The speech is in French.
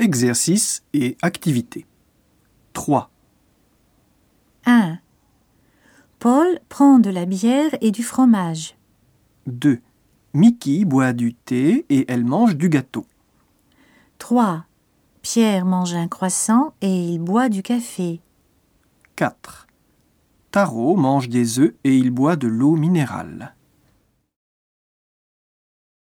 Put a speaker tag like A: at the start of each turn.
A: Exercice et activité. 3,
B: 1. Paul prend de la bière et du fromage.
A: 2. Mickey boit du thé et elle mange du gâteau.
B: 3. Pierre mange un croissant et il boit du café.
A: 4. Taro mange des œufs et il boit de l'eau minérale.